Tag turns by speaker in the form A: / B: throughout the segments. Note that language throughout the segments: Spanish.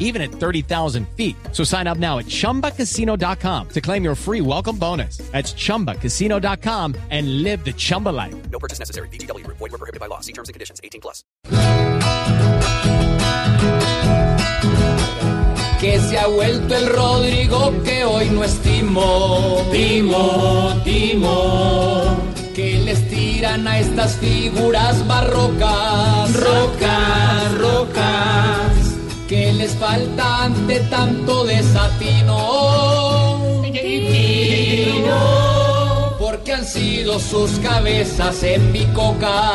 A: even at 30,000 feet. So sign up now at ChumbaCasino.com to claim your free welcome bonus. That's ChumbaCasino.com and live the Chumba life.
B: No purchase necessary. BGW. Void were prohibited by law. See terms and conditions. 18 plus.
C: que se ha vuelto el Rodrigo que hoy no estimo. Timo, Timo, que les tiran a estas figuras barrocas. Rocas, rocas, que les falta ante tanto desatino. Porque han sido sus cabezas en mi coca.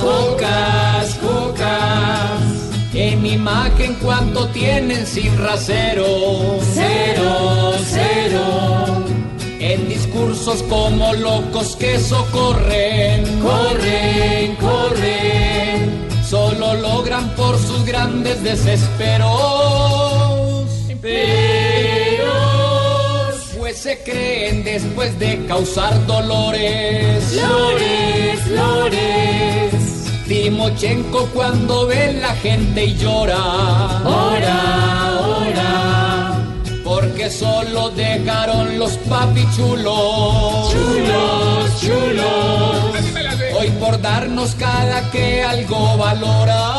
C: Cocas, cocas. En imagen cuanto tienen sin rasero. Cero, cero. En discursos como locos que socorren. Corren, corren. Solo logran por sus grandes desesperos. Pues se creen después de causar dolores. Lores, lores. Timochenko cuando ve la gente y llora. Ora, ora. Porque solo dejaron los papichulos. Chulos, chulos. Hoy por darnos cada que algo valora.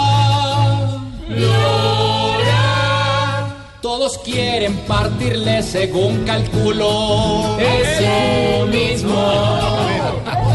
C: Todos quieren partirle según cálculo. Eso mismo.